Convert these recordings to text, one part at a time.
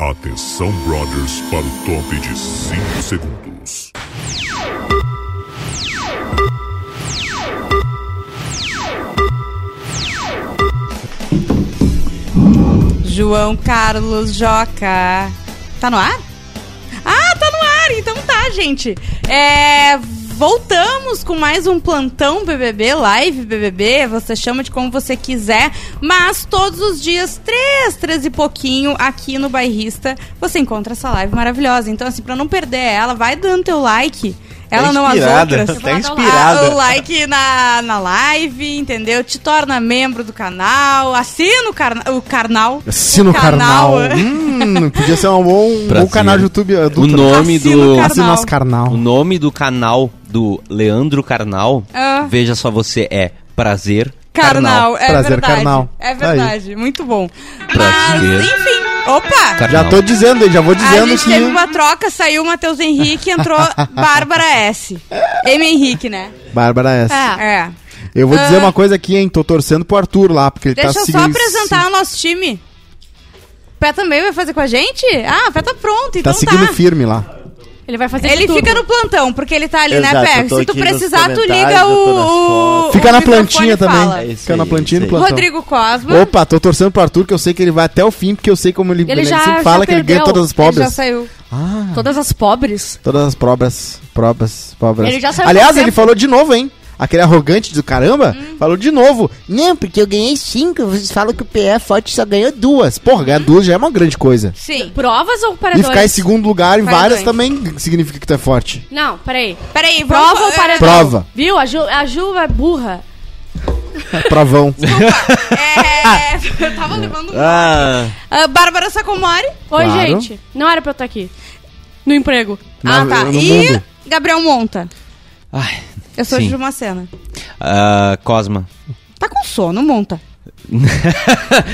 Atenção, brothers, para o top de 5 segundos. João Carlos Joca. Tá no ar? Ah, tá no ar! Então tá, gente. É. Voltamos com mais um plantão BBB, live BBB, você chama de como você quiser, mas todos os dias, três, três e pouquinho, aqui no Bairrista, você encontra essa live maravilhosa. Então, assim, pra não perder ela, vai dando teu like. Ela não as É inspirada, outras. tá Ah, inspirada. o like na, na live, entendeu? Te torna membro do canal, assina o, carna o carnal. Assina o carnal. Hum, podia ser um bom, um Pra bom canal cima. de YouTube. uh, O Dutra. nome Assina o do canal. Assina nosso o carnal. nome do canal do Leandro Carnal, Ah. veja só você é Prazer Carnal, é Prazer, verdade. carnal. É Tá aí. verdade, muito bom. Mas, Prazer. enfim, opa! Carnal. Já tô dizendo, hein, já vou A dizendo gente teve que... uma troca, saiu o Matheus Henrique, entrou Bárbara S. M. Henrique, né? Bárbara S. É. Eu vou dizer Ah. uma coisa aqui, hein, tô torcendo pro Arthur lá, porque ele Deixa tá eu se- só apresentar o nosso time. O Pé também vai fazer com a gente? Ah, o Pé tá pronto, se- Tá então seguindo tá. firme lá. Ele vai fazer Ele de tudo. fica no plantão, porque ele tá ali, né, Exato, Pé? eu tô Se tu aqui nos precisar, tu liga comentários, eu tô nas o. fotos. o Fica microfone na e plantinha fala. também. É isso Fica na aí, plantinha e é no isso aí. plantão. Rodrigo Cosma. Opa, tô torcendo pro Arthur, que eu sei que ele vai até o fim, porque eu sei como ele, Ele já- sempre já fala que ele perdeu. ganha todas as Ele já pobres. saiu. Ah, Hum. Todas as pobres. todas as pobres, pobres, pobres. Ele já saiu Aliás, faz ele tempo. Hum. falou de novo, hein? Aquele arrogante do caramba, falou de novo. Não, porque eu ganhei cinco. Vocês falam que o é PE forte só ganhou duas. Duas. Porra, Hum. ganhar duas já é uma grande coisa. Sim. Provas ou E paredões? ficar em segundo lugar em Paredões. várias também significa que tu é forte. Não, peraí. Peraí, vamos- Prova é ou paredão? Prova. Viu? A Ju, a Ju é burra. Provão. É, eu tava levando. Ah, Ah, Bárbara Sacomori. Oi, Claro. gente. Não era pra eu estar aqui. No emprego. Na- ah, tá. no E mundo. Gabriel Monta. ai, Eu sou Sim. de uma cena. ah, Cosma. Tá com sono, Monta.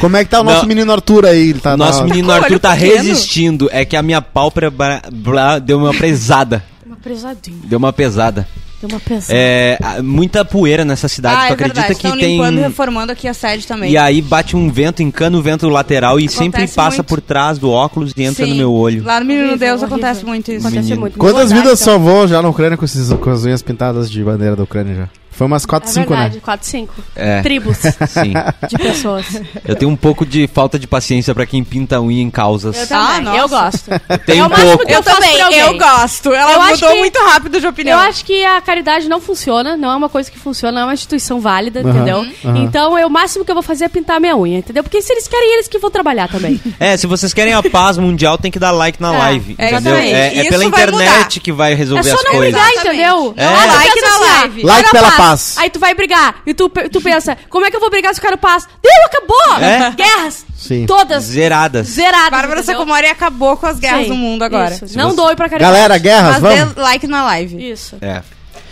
Como é que tá o nosso Não. menino Arthur aí? Ele tá Nosso na- menino Tá com o Arthur olho tá pequeno. resistindo. É que a minha pálpebra bra- deu uma pesada. Uma pesadinha. Deu uma pesada. Deu uma pesadinha. É, ah, muita poeira nessa cidade. ah, é tu tipo, acredita verdade. que Estão tem. limpando e reformando aqui a sede também. E aí bate um vento, encana o vento lateral e sempre passa muito. por trás do óculos e entra Sim. no meu olho. Lá no Menino Horrível, Deus horrível. acontece muito isso. Acontece menino. muito. É, Quantas Vou vidas dar, então. salvou já na Ucrânia com, esses- com as unhas pintadas de bandeira da Ucrânia já? Foi umas 4, É 5, verdade, né? 4, 5. É. Tribos Sim. de pessoas. Eu tenho um pouco de falta de paciência pra quem pinta a unha em causas. Eu também. também. eu nossa. gosto. Tem É um o máximo pouco. que Ah, eu faço pra alguém. eu gosto. Ela Eu acho mudou que- muito rápido de opinião. Eu acho que a caridade não funciona, não é uma coisa que funciona, não é uma instituição válida, Aham, entendeu? aham. Então, eu, o máximo que eu vou fazer é pintar minha unha, entendeu? Porque se eles querem, eles que vão trabalhar também. É, se vocês querem a paz mundial, tem que dar like na É, live. é entendeu? exatamente. É, é Isso pela vai internet mudar. que vai é resolver só as não coisas. brigar, Exatamente. entendeu? É. Ah, tu Like pensa na ó, live. eu Like quero pela paz. Aí tu vai brigar e tu, pe- tu pensa, como é que eu vou brigar se eu quero paz? Deu, acabou! É. Guerras! Sim. Todas Zeradas. zeradas. Bárbara tá entendeu? Sacomori acabou com as guerras Sim, do mundo agora. isso. Não doe pra caridade. Galera, guerras, Mas vamos? dê like na live. Isso. É.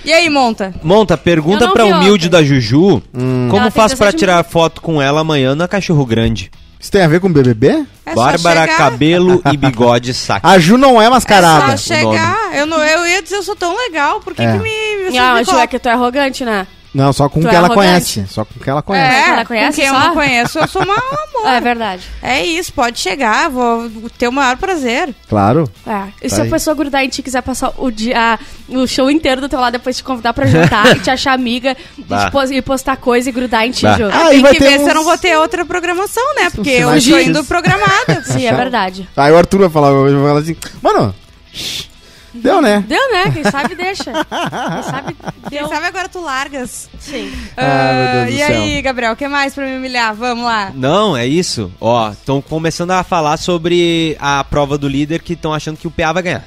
E aí, Monta? Monta, Eu pergunta não pra vi humilde ontem. da Juju hum, Ela como tem faz pra 17 tirar foto com ela amanhã na Cachorro Grande. Isso tem a ver com BBB? É só Bárbara, chegar- cabelo e bigode saca. A Ju não é mascarada. É só chegar. Eu, não, eu ia dizer, eu sou tão legal. Por que, É. que me. me- Não, me Ju, é que tu é arrogante, né? Não, só com o Tu que é ela arrogante. conhece. Só com o que ela É, conhece. ela com conhece quem eu só? não conheço, eu sou uma amor. É verdade. É isso, pode chegar, vou vou ter o maior prazer. Claro. É. E Tá se a aí. pessoa grudar em ti e quiser passar o, dia, o show inteiro do teu lado, depois te convidar pra jantar e te achar amiga e, Bah. te pos- e postar coisa e grudar em ti, Bah. Ju? Ah, e Tem vai que ter ver se eu uns- não vou ter outra programação, né? Porque eu sinais estou disso. indo programada. Sim, é verdade. Aí o Arthur vai falar, vai falar assim, mano, deu né? Deu, né? Quem sabe deixa. Quem sabe Quem deu. sabe agora tu largas. Sim. Ah, Ah, meu Deus do e céu. aí, Gabriel, o que mais pra me humilhar? Vamos lá. Não, é isso. Ó, estão começando a falar sobre a prova do líder que estão achando que o PA vai ganhar.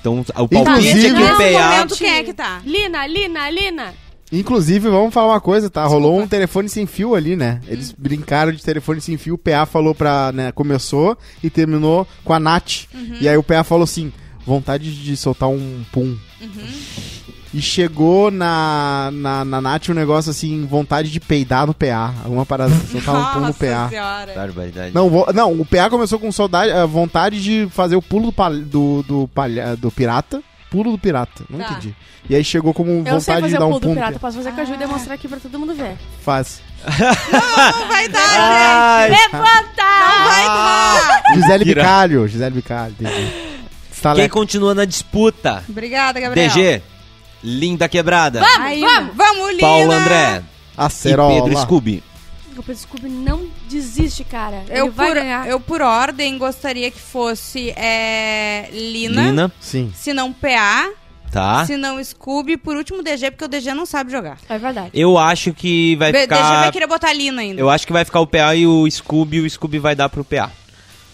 Então, o palpite é Inclusive- que o Nesse PA. momento, quem é que tá? Lina, Lina, Lina. Inclusive, vamos falar uma coisa, tá? Rolou um telefone sem fio ali, né? Eles brincaram de telefone sem fio, o PA falou pra. Né, começou e terminou com a Nath. Uhum. E aí o PA falou assim: vontade de soltar um pum. Uhum. E chegou na, na, na Nath um negócio assim, vontade de peidar no PA. Alguma parada, soltar um pum no PA. senhora. Barbaridade. Não, vo- não, o PA começou com saudade, eh, vontade de fazer o pulo do, pal- do, do, palha- do pirata. Pulo do pirata, não Tá. entendi. E aí chegou como Eu sei vontade de fazer dar o um pulo do pulo. no pirata. Posso fazer com a Ju e demonstrar aqui pra todo mundo ver. pirata. Faz. Tá. Não vai dar, gente. Ai, Levanta! Ah, Vai dar. Diz Gisele Kira. Bicalho. Gisele Bicalho, entendi. Quem Staleco. continua na disputa? Obrigada, Gabriel. DG, Linda Quebrada, Vamos, Aí, vamos. vamos, Lina. Paulo André Acerola. e Pedro Scooby. O Pedro Scooby não desiste, cara. Eu Ele vai por, ganhar. eu, por ordem, gostaria que fosse é, Lina, Lina, Sim. se não PA, tá. se não Scooby, por último DG, porque o DG não sabe jogar. É verdade. Eu acho que vai B- DG vai ficar... querer botar Lina ainda. Eu acho que vai ficar o PA e o Scooby, o Scooby vai dar pro PA.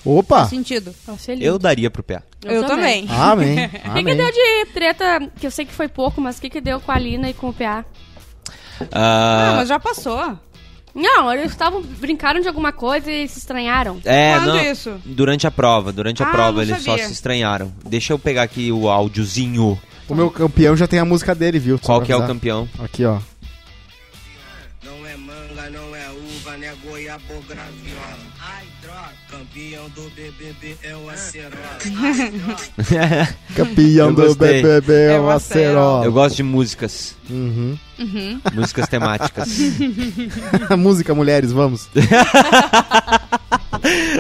Opa! Faz sentido. Nossa, é ele- Eu daria pro PA. Eu, também. Amém. O que, que Ah, Amém. deu de treta, que eu sei que foi pouco, mas o que, que deu com a Lina e com o PA? Ah, Ah, mas já passou. Não, eles estavam. brincaram de alguma coisa e se estranharam. É, Quando não, isso? durante a prova, durante a Ah, prova não eles só sabia. se estranharam. Deixa eu pegar aqui o áudiozinho. O meu campeão já tem a música dele, viu? Só Qual pra que é o avisar. campeão? Aqui, ó. Não é manga, não é uva, não é goiaba ou graviola. Ai, droga. Campeão do BBB é o Acerola. Ai, droga. Campeão Eu do gostei. BBB é É o o Eu Acerola. gosto de músicas, Uhum. Uhum. músicas temáticas. Música, mulheres, vamos. Tá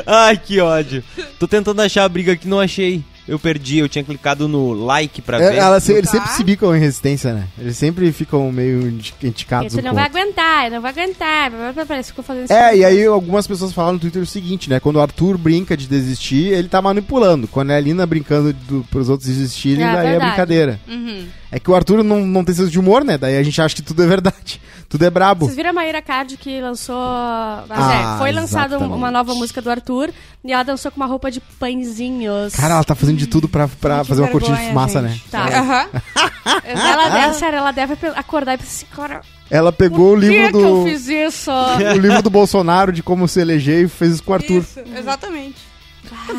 Ai, que ódio. Tô tentando achar a briga que não achei. Eu perdi, eu tinha clicado no like pra É, ver. ela se- eles Tá. sempre se bicam em resistência, né? Eles sempre ficam meio indi- indicados. Esse um não com o vai outro. aguentar, ele não vai aguentar. blá, blá, blá, blá, Eles ficam fazendo tipo É, isso. e aí algumas pessoas falam no Twitter o seguinte, né? Quando o Arthur brinca de desistir, ele tá manipulando. Quando é a Lina brincando do, pros outros desistirem, É, daí é verdade. brincadeira. Uhum. É que o Arthur não, não tem senso de humor, né? Daí a gente acha que tudo é verdade. Tudo é brabo. Vocês viram a Maíra Card que lançou. Mas Ah, é, foi lançada um- uma exatamente. nova música do Arthur e ela dançou com uma roupa de pãezinhos. Cara, ela tá fazendo de tudo pra, pra Que fazer uma cortina de vergonha, fumaça, né? gente. Tá. Aham. É. É Ela deve, sério, ela deve acordar e pensar assim, cara, Ela Ah. pegou o por que, livro que do. eu fiz isso? O livro do Bolsonaro de como se eleger e fez isso com o Arthur. Isso, exatamente.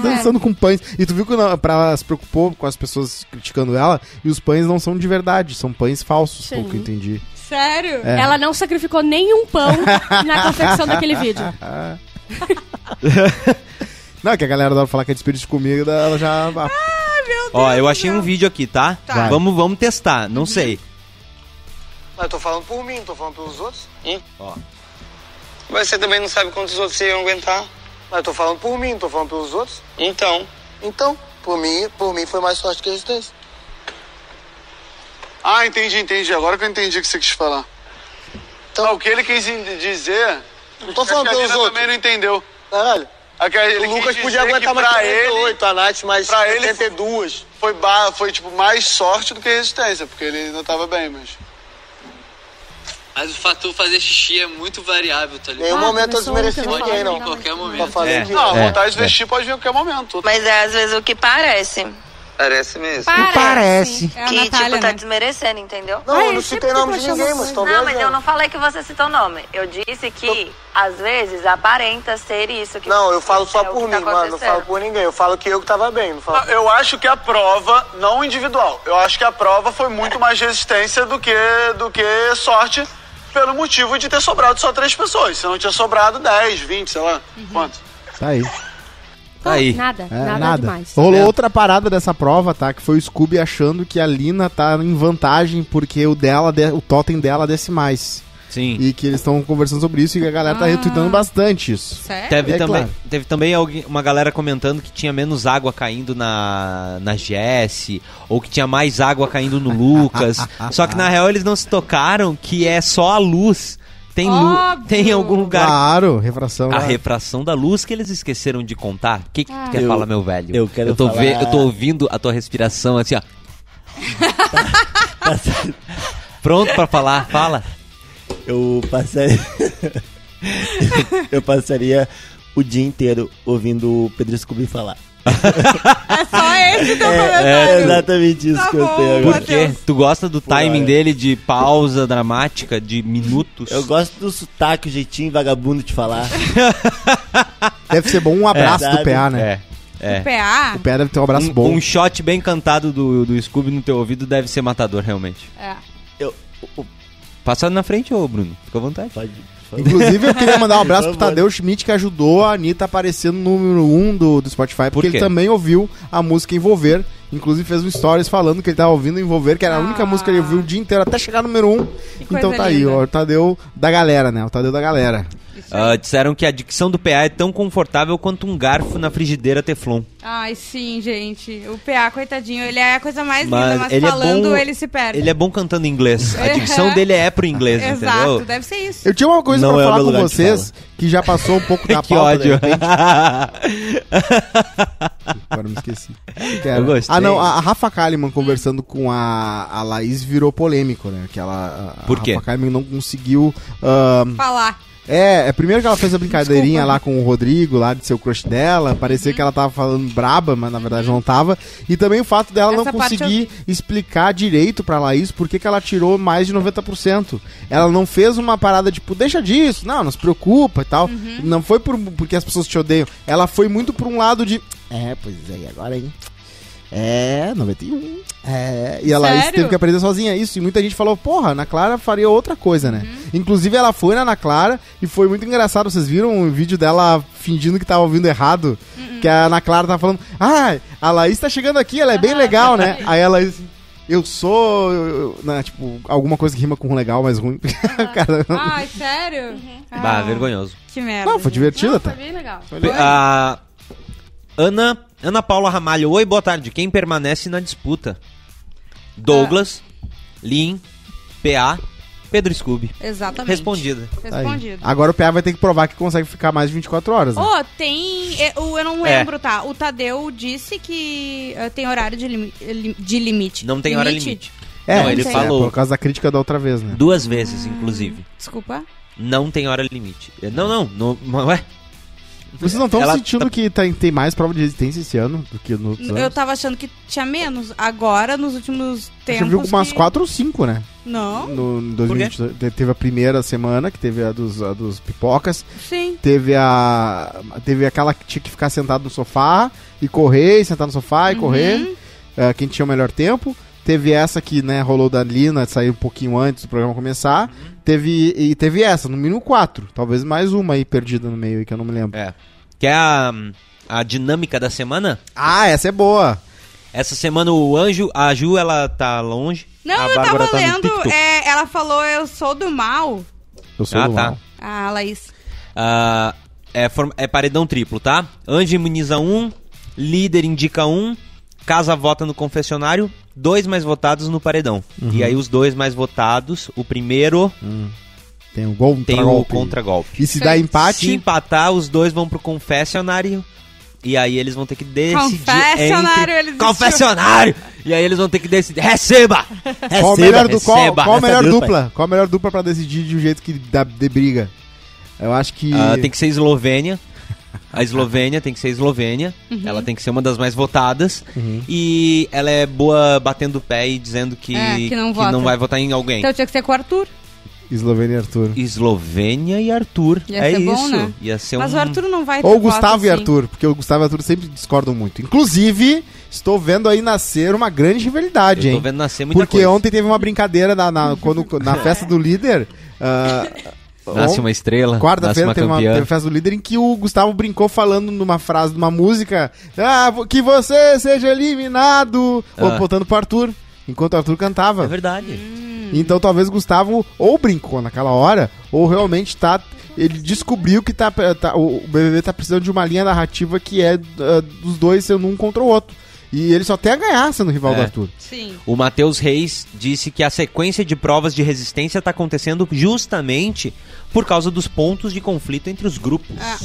Dançando com pães. E tu viu que não, pra ela se preocupou com as pessoas criticando ela, e os pães não são de verdade, são pães falsos, Sim. pelo que eu entendi. Sério? É. Ela não sacrificou nenhum pão na confecção daquele vídeo. Não, é que a galera adora falar que é despedida de comida, ela já. ah, Ó, eu achei um vídeo aqui, tá? Vai. Vamos, vamos testar, Uhum. não sei. Mas eu tô falando por mim, não tô falando pelos outros. Hein? Ó. Mas você também não sabe quantos outros você iam aguentar. Mas eu tô falando por mim, não tô falando pelos outros. Então. Então, por mim, por mim foi mais sorte que a resistência. Ah, entendi, entendi. Agora que eu entendi o que você quis falar. Então, o que ele quis in- dizer. Não tô Acho que falando a pelos Lina outros. também não entendeu. Caralho. É que Ele O Lucas quis podia dizer que aguentar mais pra ele 48, a Nath mais pra ele- 72. foi, ba- foi tipo mais sorte do que resistência, porque ele ainda tava bem, mas. Mas o fator fazer xixi é muito variável, tá Em ligado? um nenhum Ah, momento eu começou desmereci ontem, né? eu ninguém, falei, não. não. Qualquer Tá momento. falando É. disso. Não, a É, vontade de vestir pode vir a qualquer momento. Mas é às vezes o que parece. Parece mesmo. Parece. Parece. É a que, Natália, tipo, tá né? desmerecendo, entendeu? Não, Ah, eu ele não sempre citei nome de procura ninguém, você. mas Não, talvez. mas eu não falei que você citou o nome. Eu disse que, às vezes, aparenta ser isso que Não, eu falo é só o por que tá mim, mano. Não acontecendo. falo por ninguém. Eu falo que eu que tava bem, não falo. Não, Eu acho que a prova, não individual, eu acho que a prova foi muito mais resistência do que, do que sorte, pelo motivo de ter sobrado só três pessoas. Se não tinha sobrado 10, 20, sei lá. Uhum. Quanto? Tá aí. Tá aí. Nada, É, nada, nada. demais. Rolou vendo? outra parada dessa prova, tá? Que foi o Scooby achando que a Lina tá em vantagem porque o dela, de- o totem dela desce mais. Sim. E que eles estão conversando sobre isso e a galera tá Ah. retweetando bastante isso. Sério? Teve, É também, claro. teve também alguém- uma galera comentando que tinha menos água caindo na, na Jess, ou que tinha mais água caindo no Lucas. só que na real eles não se tocaram que é só a luz. Tem, lu, Óbvio. tem algum lugar. Claro, refração. A né? refração da luz que eles esqueceram de contar. O que, que tu quer falar, meu velho? eu quero tô falar- eu tô ouvindo a tua respiração assim, ó. Pronto pra falar? Fala. Eu passaria. eu passaria o dia inteiro ouvindo o Pedro Scooby falar. É só esse teu comentário. É exatamente isso Tá que eu bom, tenho agora. Matheus. Por quê? Tu gosta do timing é. dele de pausa dramática, de minutos? Eu gosto do sotaque, o jeitinho vagabundo de falar. Deve ser bom um abraço do sabe? PA, né? É. É. PA? O PA deve ter um abraço um, bom. um shot bem cantado do, do Scooby no teu ouvido deve ser matador, realmente. É. Eu. o- o- Passa na frente, ô Bruno. Fica à vontade. pode, pode- Inclusive, eu queria mandar um abraço pro Por favor. Tadeu Schmidt, que ajudou a Anitta aparecendo no número 1 um do, do Spotify, porque Por quê? ele também ouviu a música Envolver, Inclusive fez um stories falando que ele tava ouvindo Envolver, que era a única música que ele ouviu o dia inteiro até chegar no número 1. Um. Então Ah. coisa tá aí, linda. ó, o Tadeu da galera, né? O Tadeu da galera. Ah, disseram que a dicção do PA é tão confortável quanto um garfo na frigideira Teflon. Ai, sim, gente. O PA, coitadinho, ele é a coisa mais linda, Mas mas ele é falando bom- ele se perde. Ele é bom cantando inglês. A É. dicção dele é pro inglês, Exato, entendeu? deve ser isso. Eu tinha uma coisa Não pra é o falar meu com lugar de vocês que já passou um pouco da que pauta. ódio. né? Agora me esqueci. Que era- Eu gostei. Ah, não, a, a Rafa Kalimann conversando com a, a Laís virou polêmico, né? Que ela, a, Por a quê? Rafa Kalimann não conseguiu. ahn, Falar. é, é, primeiro que ela fez a brincadeirinha lá com o Rodrigo, lá de seu crush dela, parecia Uhum. que ela tava falando braba, mas na verdade não tava. E também o fato dela Essa não parte conseguir explicar direito pra Laís por que que ela tirou mais de 90%. Ela não fez uma parada tipo, deixa disso, não, não se preocupa e tal. Uhum. Não foi por, porque as pessoas te odeiam. Ela foi muito por um lado de, é, pois é, e agora, hein? É, 91. É, e a Laís Sério? teve que aprender sozinha é isso. E muita gente falou, porra, Ana Clara faria outra coisa, né? Inclusive, ela foi na Ana Clara e foi muito engraçado. Vocês viram um vídeo dela fingindo que tava ouvindo errado? Que a Ana Clara tava falando, ah, a Laís tá chegando aqui, ela é bem legal, né? Aí a Laís. Eu sou. eu- eu- né, tipo, alguma coisa que rima com legal, mas ruim. Cara, não- Ai, sério? Ah, Bah, vergonhoso. Que merda. não, foi gente. divertida, tá? Foi bem legal. Pe- a- Ana, Ana Paula Ramalho. Oi, boa tarde. Quem permanece na disputa? Douglas, Lin, PA, Pedro Scooby. Ah. Exatamente. Respondida. Tá aí. Respondido. Agora o PA vai ter que provar que consegue ficar mais de 24 horas. Né? Ô, tem. é, o- Eu não Ah, É. lembro, tá? O Tadeu disse que eh, tem horário de, limi- li- de limite. Não tem hora limite. é, não, ele é, falou. por causa da crítica da outra vez, né? Duas vezes, inclusive. Desculpa. Não tem hora limite. Eh, Não, não. não não é. Vocês não estão Ela sentindo que tá- tem mais prova de resistência esse ano do que nos outros Eu anos? tava achando que tinha menos. Agora, nos últimos tempos. Você viu umas que- quatro ou cinco, né? Não, No, em 2022. Te- Teve a primeira semana, que teve a dos, a dos pipocas. sim. Teve a. Teve aquela que tinha que ficar sentado no sofá e correr, e sentar no sofá e correr. eh, quem tinha o melhor tempo. Teve essa que, né, rolou da Lina, saiu um pouquinho antes do programa começar. Teve. E teve essa, no mínimo quatro. Talvez mais uma aí perdida no meio aí que eu não me lembro. É. Quer a, a dinâmica da semana? Ah, essa é boa. Essa semana o Anjo, a Ju, ela tá longe. Não, a eu tava Bárbara tá no lendo. TikTok. é, ela falou, eu sou do mal. Eu sou Ah, do tá. mal. Ah, Laís. Ah, é, form- é paredão triplo, tá? Anjo imuniza um, líder indica um, casa vota no confessionário, dois mais votados no paredão. E aí os dois mais votados, o primeiro Tem o gol um tem o contra-golpe. contra-golpe. E se dá empate, Se empatar, os dois vão pro confessionário. E aí eles vão ter que decidir. é Confessionário, entre- ele desistiu. Confessionário! E aí eles vão ter que decidir. Receba! qual a melhor, é du- qual- receba. qual a melhor Essa deu, dupla? Qual a melhor dupla pra decidir de um jeito que dá, de briga? Eu acho que. Ah, tem que ser Eslovênia. A Eslovênia tem que ser Eslovênia. Uhum. Ela tem que ser uma das mais votadas. Uhum. E ela é boa batendo o pé e dizendo que, É, que não vota. vai votar em alguém. Então tinha que ser com o Arthur. Eslovênia e Arthur. Eslovênia e Arthur. Ia é ser isso. bom, né? Ia ser Mas um. o Arthur não vai Ou ter Gustavo voto, e assim. Arthur, porque o Gustavo e o Arthur sempre discordam muito. Inclusive, estou vendo aí nascer uma grande rivalidade, Eu tô hein? vendo nascer muita Porque coisa. ontem teve uma brincadeira na, na- quando, na festa do líder. ah, Nasce on- uma estrela. Quarta-feira nasce teve uma uma, campeã. teve festa do líder em que o Gustavo brincou falando numa frase de uma música ah, vo- que você seja eliminado, ou Ah. botando pro Arthur, enquanto o Arthur É cantava. verdade. Então talvez o Gustavo ou brincou naquela hora, ou realmente tá. Ele descobriu que tá, tá- o o BBB tá precisando de uma linha narrativa que é ah, dos dois sendo um contra o outro. E ele só tem a ganhar sendo rival É. do Arthur. Sim. O Matheus Reis disse que a sequência de provas de resistência está acontecendo justamente por causa dos pontos de conflito entre os grupos. Ah.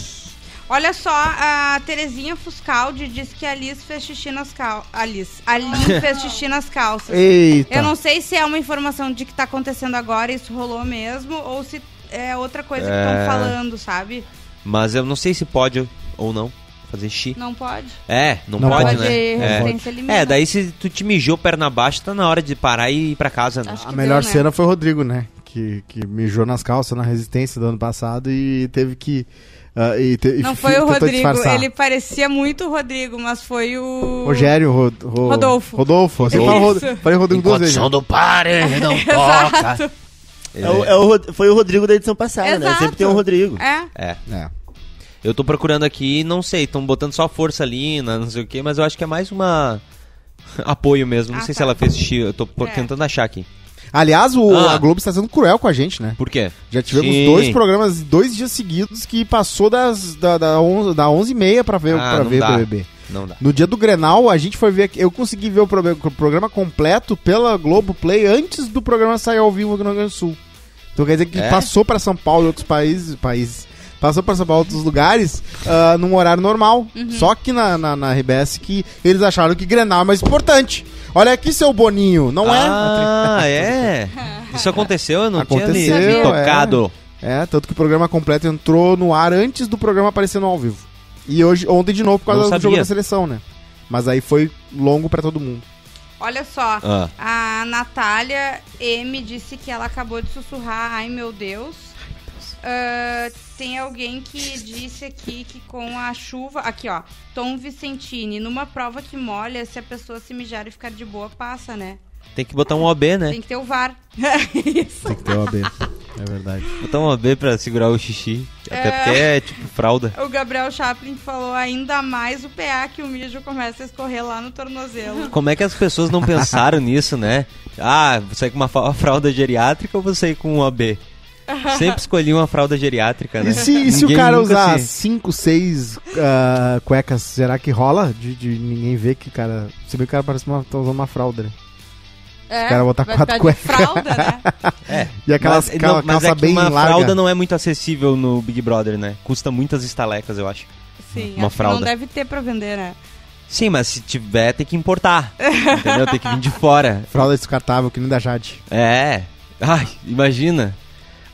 Olha só, a Terezinha Fuscaldi diz que a Liz fez xixi nas calças. A Liz. A Liz fez xixi nas calças. Eita! Eu não sei se é uma informação de que tá acontecendo agora, isso rolou mesmo, ou se é outra coisa que estão falando, sabe? Mas eu não sei se pode ou não fazer xi. Não pode. É, não, Não pode, pode, né? É. resistência elimina. É, daí se tu te mijou perna abaixo, tá na hora de parar e ir pra casa, né? Acho A que melhor deu, né? cena foi o Rodrigo, né? Que, que mijou nas calças na resistência do ano passado e teve que. ah, e te- e Não fi- foi o tentou Rodrigo, disfarçar. ele parecia muito o Rodrigo, mas foi o. Rogério Ro- Ro- Rodolfo. Rodolfo. Você Rodolfo. fala Rod- Isso. Falei Rodrigo duas vezes. do pare, não Exato. É o- é o Rod- foi o Rodrigo da edição passada, né? Exato. Sempre tem um Rodrigo. É. É. Eu tô procurando aqui, não sei, estão botando só força ali, não sei o quê, mas eu acho que é mais uma apoio mesmo. Não sei se ela fez xixi, eu tô por- Ah, É. tentando achar aqui. Aliás, o, Ah. a Globo está sendo cruel com a gente, né? Por quê? Já tivemos Sim. dois programas, dois dias seguidos que passou das, da, da, on, da 11h30 pra ver, Ah, pra não ver dá. BBB. Não dá. No dia do Grenal, a gente foi ver. Eu consegui ver o probe- o programa completo pela Globo Play antes do programa sair ao vivo aqui no Rio Grande do Sul. Então quer dizer que É? passou pra São Paulo e outros países. países passou pra São Paulo e outros lugares ah, num horário normal. Só que na, na, na RBS que eles acharam que Grenal é mais importante. Olha aqui, seu Boninho, não é? Ah, é? Isso aconteceu? Eu não tinha me Aconteceu, tocado. é? É, tanto que o programa completo entrou no ar antes do programa aparecer no ao vivo. E hoje, ontem de novo, por causa Não do jogo sabia. da seleção, né? Mas aí foi longo pra todo mundo. Olha só, Ah. a Natália M disse que ela acabou de sussurrar, ai meu Deus. Ah, tem alguém que disse aqui que com a chuva. Aqui, ó. Tom Vicentini, numa prova que molha, se a pessoa se mijar e ficar de boa, passa, né? Tem que botar um OB, É. né? Tem que ter o VAR. Tem que ter OAB. é verdade. Botar um OB pra segurar o xixi. Até É. porque é tipo fralda. O Gabriel Chaplin falou ainda mais o PA que o mijo começa a escorrer lá no tornozelo. Como é que as pessoas não pensaram nisso, né? Ah, você com uma fa- fralda geriátrica ou você com um OB? Sempre escolhi uma fralda geriátrica, né? E se, e se o Ninguém cara nunca usar se- 5, 6 cuecas, será que rola? De, de ninguém ver que o cara. Se bem que o cara parece uma, tá usando uma fralda, né? É, o cara botar vai quatro ficar de cuecas. fralda, né? É. E aquelas mas, cal- não, mas calça é que bem uma larga. fralda não é muito acessível no Big Brother, né? Custa muitas estalecas, eu acho. Sim, Uma acho que fralda. não deve ter pra vender, né? Sim, mas se tiver, tem que importar. entendeu? Tem que vir de fora. Fralda descartável, que nem da Jade. É. Ai, imagina.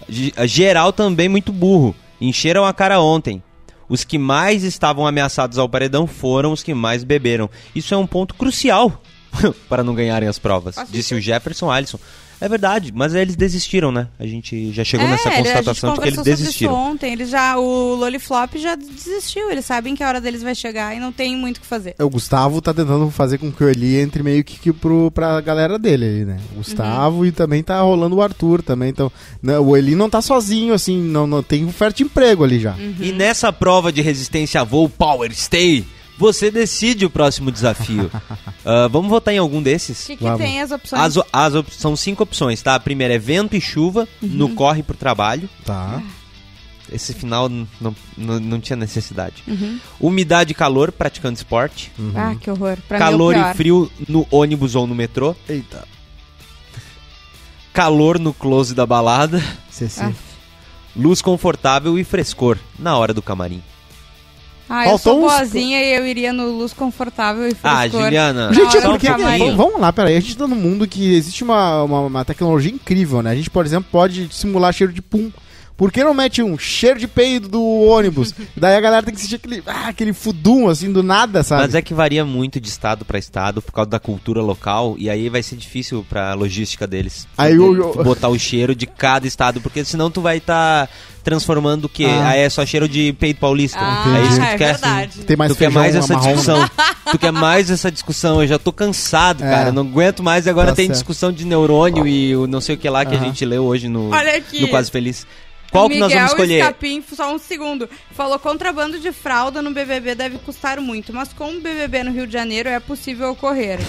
G- Geral também muito burro. Encheram a cara ontem. Os que mais estavam ameaçados ao paredão foram os que mais beberam. Isso é um ponto crucial para não ganharem as provas, Assim disse o Jefferson Alisson. É verdade, mas eles desistiram, né? A gente já chegou nessa ele- É, a gente constatação de que eles conversou sobre desistiram. Isso ontem, eles já, o Loliflop já desistiu, eles sabem que a hora deles vai chegar e não tem muito o que fazer. O Gustavo tá tentando fazer com que o Eli entre meio que, que pro, pra galera dele ali, né? O Gustavo e também tá rolando o Arthur também. Então, né, o Eli não tá sozinho, assim, não, não tem oferta de emprego ali já. E nessa prova de resistência a voo Power Stay, você decide o próximo desafio. Ah, vamos votar em algum O desses? que, que Vamos. tem as opções? As, o- as op- são cinco opções, tá? A primeira é vento e chuva, Uhum. no corre pro trabalho. Tá. Esse final n- não, não, não tinha necessidade. Uhum. Umidade e calor, praticando esporte. Ah, que horror. Pra Uhum. calor mim é o e pior. frio no ônibus ou no metrô. Eita. Calor no close da balada. CC. Ah. Luz confortável e frescor na hora do camarim. Ah, eu Faltou sou uns- boazinha e eu iria no luz confortável e frescor. Ah, Juliana. Gente, é Não, porque. não, calma aí. v- Vamos lá, peraí. A gente tá num mundo que existe uma, uma, uma tecnologia incrível, né? A gente, por exemplo, pode simular cheiro de pum. Por que não mete um cheiro de peido do ônibus? Daí a galera tem que sentir aquele, ah, aquele fudum, assim, do nada, sabe? Mas é que varia muito de estado pra estado por causa da cultura local e aí vai ser difícil pra logística deles. Aí Tu- eu- tu botar o cheiro de cada estado, porque senão tu vai estar transformando o quê? Ah. Ah. é só cheiro de peito paulista. Ah, é isso que é tu quer? verdade. Tem mais tu quer feijão é mais essa amarrom, né? discussão. tu quer mais essa discussão. Eu já tô cansado, É. cara. Eu Não aguento mais. E Agora Tá tem certo. discussão de neurônio e o não sei o que lá que a Aham. gente leu hoje no, Olha aqui. no Quase Feliz. Qual que nós vamos escolher? Escapim, só um segundo, falou contrabando de fralda no BBB deve custar muito, mas com um o BBB no Rio de Janeiro é possível ocorrer.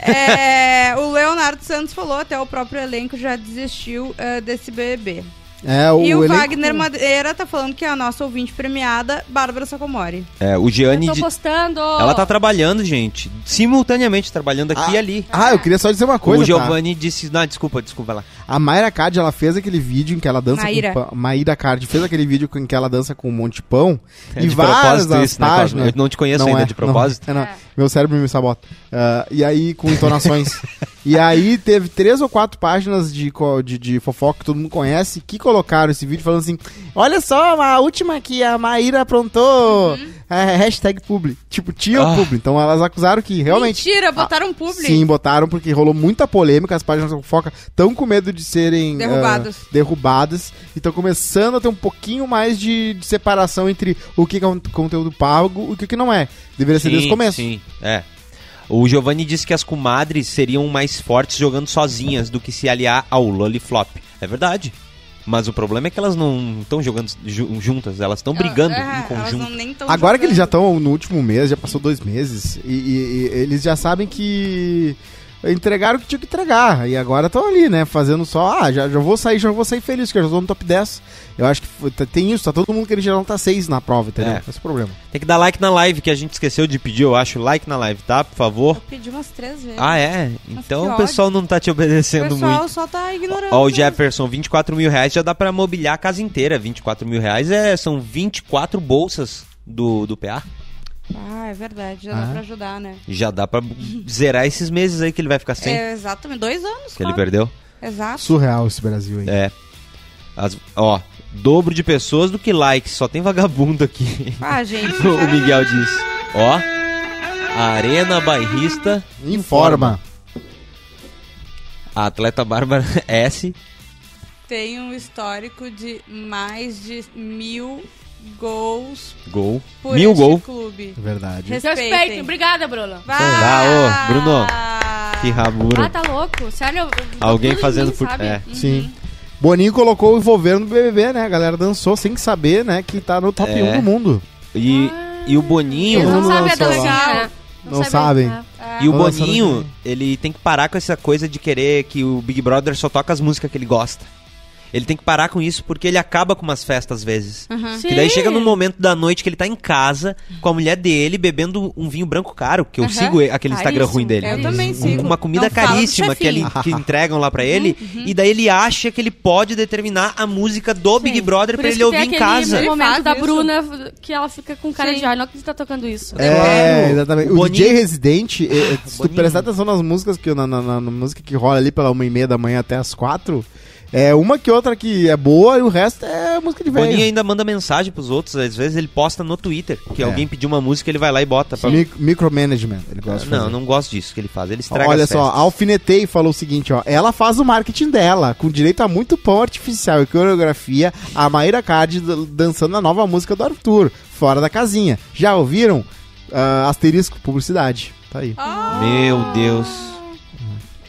É, o Leonardo Santos falou, até o próprio elenco já desistiu eh, desse BBB. É, e o elenco- Wagner Madeira tá falando que é a nossa ouvinte premiada, Bárbara Sacomori. É, o Eu Gianni. tô de- postando. Ela tá trabalhando, gente. Simultaneamente, trabalhando aqui e ali. Ah, eu queria só dizer uma coisa, tá? o Giovanni disse. Não, desculpa, desculpa lá. A Mayra Card, ela fez aquele vídeo em que ela dança Maíra. com... pa- Maíra Card fez aquele vídeo em que ela dança com um monte de pão. É e de várias propósito das isso, né, páginas... Cosmo? Eu não te conheço ainda de propósito. é, não. Meu cérebro me sabota. Ah, e aí, com entonações. e aí, teve três ou quatro páginas de, co- de, de fofoca que todo mundo conhece que colocaram esse vídeo falando assim: Olha só, a última que a Maíra aprontou. É, hashtag publi. Tipo, tinha o Ah. publi. Então elas acusaram que realmente. Mentira, botaram um publi. Sim, botaram porque rolou muita polêmica. As páginas da fofoca estão com medo de serem ah, Derrubadas. derrubadas. E estão começando a ter um pouquinho mais de, de separação entre o que que é um conteúdo pago e o que, que não é. Deveria ser desde o começo. Sim, é. O Giovanni disse que as comadres seriam mais fortes jogando sozinhas do que se aliar ao Loliflop. É verdade. Mas o problema é que elas não estão jogando ju- juntas, elas É, estão brigando Ah, em conjunto. Agora que eles tá- já estão no último mês, já passou dois meses, e, e- e eles já sabem que entregaram o que tinha que entregar. E agora estão ali, né? Fazendo só, ah, já, já vou sair, já vou sair feliz, que eu já tô no top 10. Eu acho que foi- tá- tem isso, tá todo mundo querendo gerar nota 6 na prova, entendeu? É. Esse é o problema. Tem que dar like na live, que a gente esqueceu de pedir, eu acho. Like na live, tá? Por favor. Pedi umas três vezes. Ah, é? que Então o ódio. pessoal não tá te O obedecendo pessoal muito. só tá ignorando. Ó, o Jefferson, 24 mil reais já dá pra mobiliar a casa inteira. 24 mil reais é, são 24 bolsas do, do PA. Ah, é verdade, já dá Ah. pra ajudar, né? Já dá pra zerar esses meses aí que ele vai ficar sem. É, exatamente, dois anos. Que ele quase. perdeu. Exato. Surreal esse Brasil aí. É. As- ó, dobro de pessoas do que likes. Só tem vagabundo aqui. Ah, gente. o Miguel diz. Ó. Arena Bairrista. Informa. A atleta Bárbara S. Tem um histórico de mais de mil gols Gol. por Mil este gol. clube. Verdade. Respeitem. Respeito. Obrigada, Bruno. Ah, ô, Bruno. Que raburo. Ah, tá louco? Sério? eu- eu- Alguém tudo em fazendo mim, por- sabe? é. Uhum. Sim. Boninho colocou o envolver no BBB, né? A galera dançou sem saber, né? Que tá no top É. 1 do mundo. E, e o Boninho. Ah, Eles não Todo mundo sabem dançou dancinha, lá. né? Não sabem. E o Não sabem Boninho, ele tem que parar com essa coisa de querer que o Big Brother só toca as músicas que ele gosta. Ele tem que parar com isso porque ele acaba com umas festas às vezes. Uhum. Que daí Sim. chega num momento da noite que ele tá em casa com a mulher dele bebendo um vinho branco caro, que eu Aham. sigo e- aquele Instagram Caríssimo. ruim dele. Eu também Um- sigo. Uma comida Não fala do caríssima que, ele, chefinho. Uhum, que entregam lá pra ele. E daí ele acha que ele pode determinar a música do Big Brother Por pra isso ele que tem ouvir em aquele casa. momento Faz da isso. Bruna que ela fica com cara de ai, não acredito que tá tocando isso. É, exatamente. O, Boninho- DJ Residente, eh, eh, se tu Boninho. prestar atenção nas músicas que na, na- na- na música que rola ali pela uma e meia da manhã até as quatro, é uma que outra que é boa e o resto é música de O Boninho velho. ainda manda mensagem pros outros, às vezes ele posta no Twitter, que É. alguém pediu uma música, ele vai lá e bota. Pra... Mi- Micromanagement, ele gosta de Não, fazer. não gosto disso que ele faz. Ele estraga Olha as só, a festas. Alfinetei falou o seguinte, ó. Ela faz o marketing dela, com direito a muito pão artificial e coreografia, a Maíra Card d- dançando a nova música do Arthur, fora da casinha. Já ouviram? Ah, asterisco, publicidade. Tá aí. Meu Deus.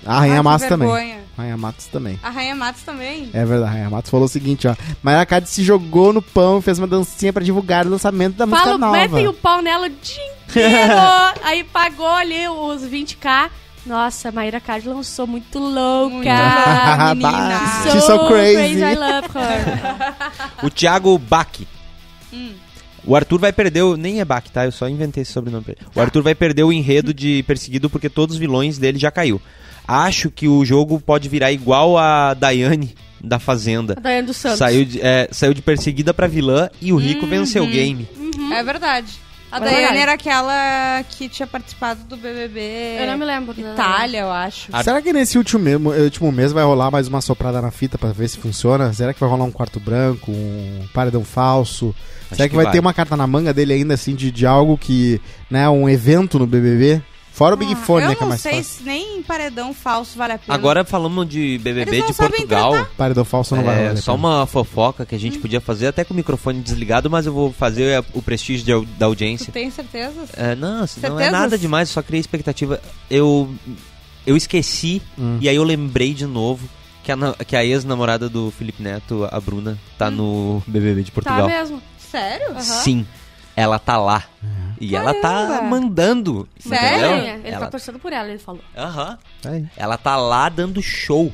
A Ah, Rainha Oh, que Matos também. vergonha. A Rainha Matos também. A Rainha Matos também. É verdade, a Rainha Matos falou o seguinte, ó. Maíra Card se jogou no pão, fez uma dancinha pra divulgar o lançamento da música Falo, nova. metem é o pau nela o dia inteiro. aí pagou ali os 20k. Nossa, Maíra Cardi lançou muito louca. louca, menina. Tá. She's so crazy. I love her. O Thiago Bach. Hum. O Arthur vai perder. O... Nem é Bach, tá? Eu só inventei esse sobrenome pra ele. O Arthur vai perder o enredo de Perseguido porque todos os vilões dele já caiu. Acho que o jogo pode virar igual a Daiane da Fazenda. A Daiane dos Santos. Saiu de, é, saiu de perseguida pra vilã e o Rico Hum, venceu o game. É verdade. A É Daiane verdade. era aquela que tinha participado do BBB. Eu não me lembro. né? Itália, eu acho. A- Será que nesse último, mesmo- eh, último mês vai rolar mais uma soprada na fita pra ver se funciona? Será que vai rolar um quarto branco, um paredão falso? Acho Será que, que vai, vai. ter uma carta na manga dele ainda, assim, de, de algo que, né, um evento no BBB? Fora o Big Fone, né, Ah, eu que é não mais sei fácil. se nem paredão falso vale a pena. Agora falamos de BBB Eles de não sabem Portugal. Paredão falso não vai rolar. É, né, só cara? uma fofoca que a gente podia fazer, até com o microfone desligado, mas eu vou fazer a- o prestígio de au- da Tu audiência. tem certeza? É, não, assim, não é Certezas? nada demais, eu só criei expectativa. Eu, eu esqueci Hum. e aí eu lembrei de novo que a, na- que a ex-namorada do Felipe Neto, a Bruna, tá no BBB de Hum. Tá Portugal. mesmo. Sério? Sim, ela tá lá. É. E ela tá Caramba. mandando. Sério? entendeu? Ele Ela, tá torcendo por ela, ele falou. Aham. Tá aí. ela tá lá dando show.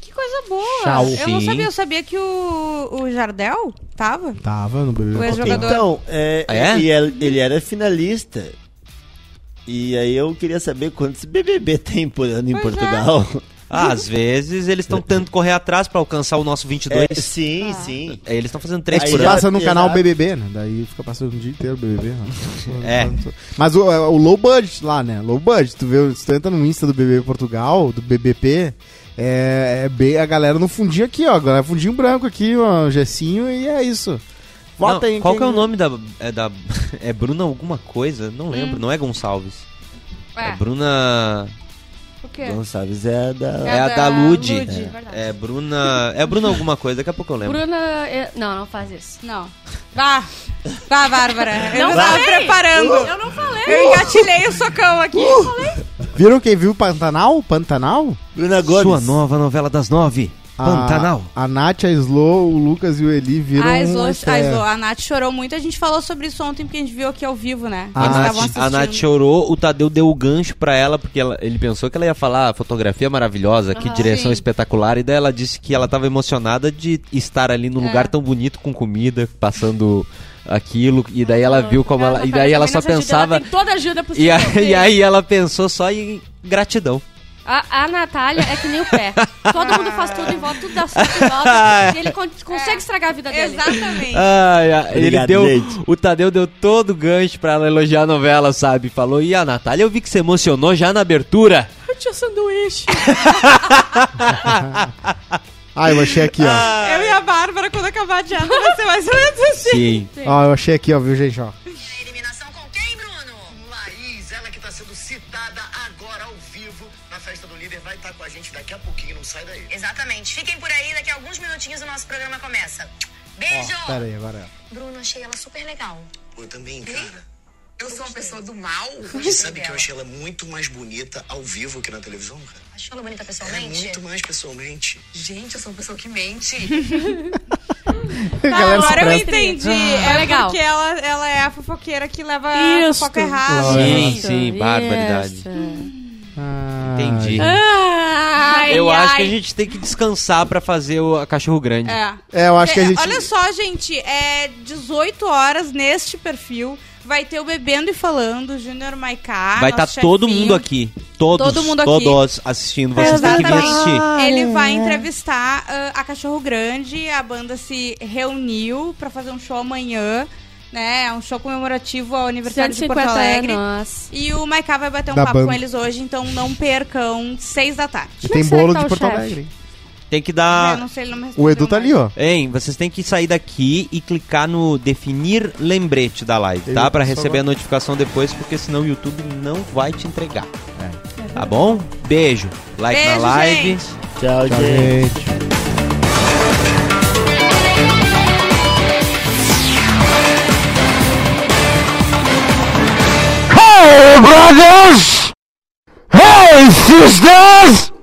Que coisa boa. Tchau. Eu não Sim. sabia, eu sabia que o, o Jardel tava. Tava no O BBB. ex-jogador. Então, é, Ah, é? E ele, ele era finalista. E aí eu queria saber quantos BBB tem por ano em Portugal. Ah, Às vezes eles estão tentando correr atrás pra alcançar o nosso 22. É, sim, sim. É, Eles estão fazendo É três que Aí por se já- ano. passa no canal Exato. BBB, né? Daí fica passando o dia inteiro BBB. Né? É. Mas o, o low budget lá, né? Low budget. Tu vê, se tu entra no Insta do BBB Portugal, do BBP, é, é bem a galera no fundinho aqui, ó. A galera fundinho branco aqui, ó. Gessinho, e é isso. Vota Não, aí. qual quem- que é o nome da é, da. é Bruna alguma coisa? Não lembro, não é Gonçalves. É, É, Bruna. o quê? Gonçalves é da. É, a da Lud. Lud, É. é Bruna. É Bruna alguma coisa, daqui a pouco eu lembro. Bruna. é- Não, não faz isso. Não. Vá. Vá, Bárbara. Eu Não não Uh! tava falei. preparando. Eu não falei. Eu engatilhei o socão aqui. Uh! Viram quem viu o Pantanal? Pantanal? Bruna Gomes. nova novela das nove. Ah. Pantanal. A, a Nath, a Slow, o Lucas e o Eli viram. um a, um Slow, a, essa- Slow- a Nath chorou muito. A gente falou sobre isso ontem, porque a gente viu aqui ao vivo, né? A Eles Nath, estavam a Nath assistindo. chorou, o Tadeu deu o gancho pra ela, porque ela- ele pensou que ela ia falar "Ah, fotografia maravilhosa, que Aham. direção Sim. espetacular, e daí ela disse que ela tava emocionada de estar ali num É. lugar tão bonito, com comida, passando aquilo, e daí ela viu É como ela. E daí ela só Nessa ajuda, pensava. Ela tem toda a ajuda E possível. aí, e aí ela pensou só em gratidão. A, a Natália é que nem o pé. Todo mundo faz tudo em volta, tudo dá certo em volta. e ele con- É. consegue estragar a vida dele. Exatamente. Ai, ai, ele Obrigado, deu, gente. o Tadeu deu todo o gancho pra ela elogiar a novela, sabe? Falou, e a Natália, eu vi que você emocionou já na abertura. Eu tinha sanduíche. Ah, eu achei aqui, ó. Eu e a Bárbara, quando acabar de ano, vai ser mais ou menos assim. Sim. Ó, eu achei aqui, ó, viu, gente, ó. Laís, ela que tá sendo citada agora ao vivo na festa do líder, vai estar com a gente daqui a pouquinho, não sai daí. Exatamente. Fiquem por aí, daqui a alguns minutinhos o nosso programa começa. Beijo! Ó, pera aí, agora. é. Bruno, achei ela super legal. Eu também, cara. Eu sou uma pessoa do mal? Você sabe que eu achei ela muito mais bonita ao vivo que na televisão, cara? Achou ela bonita É pessoalmente? muito mais pessoalmente. Gente, eu sou uma pessoa que mente. A galera se Tá, agora eu presta. entendi. Ah, é legal. porque ela, ela é a fofoqueira que leva a Isso. Ah, fofoca errada. Sim, Isso. sim, barbaridade. Entendi. Ah, Ai, eu ai. acho que a gente tem que descansar pra fazer o a cachorro grande. É. É, eu acho que a É, gente. Olha só, gente, é 18 horas neste perfil. Vai ter o Bebendo e Falando, Júnior Maiká. Vai estar nosso todo chefinho. mundo aqui. Todos, Todo mundo aqui. todos assistindo. Vocês têm que vir assistir. Exatamente. Ele vai entrevistar ah, a Cachorro Grande. A banda se reuniu pra fazer um show amanhã. Né? É um show comemorativo ao aniversário de Porto 150 Alegre. anos. E o Maiká vai bater um Da papo com banda. eles hoje, então não percam. Seis da tarde. E tem será bolo que tá de o Porto chefe? Alegre. Tem que Eu dar. não sei, ele não é. me Ah, O respondeu Edu tá mais. ali, ó. Hein, vocês têm que sair daqui e clicar no definir lembrete da live, tá? Eu Pra só receber a vou- notificação depois, porque senão o YouTube não vai te entregar. Tá bom? Beijo. Like É Beijo, na live. gente. Tá, Tchau, gente. gente. Hey, brothers! Hey, sisters!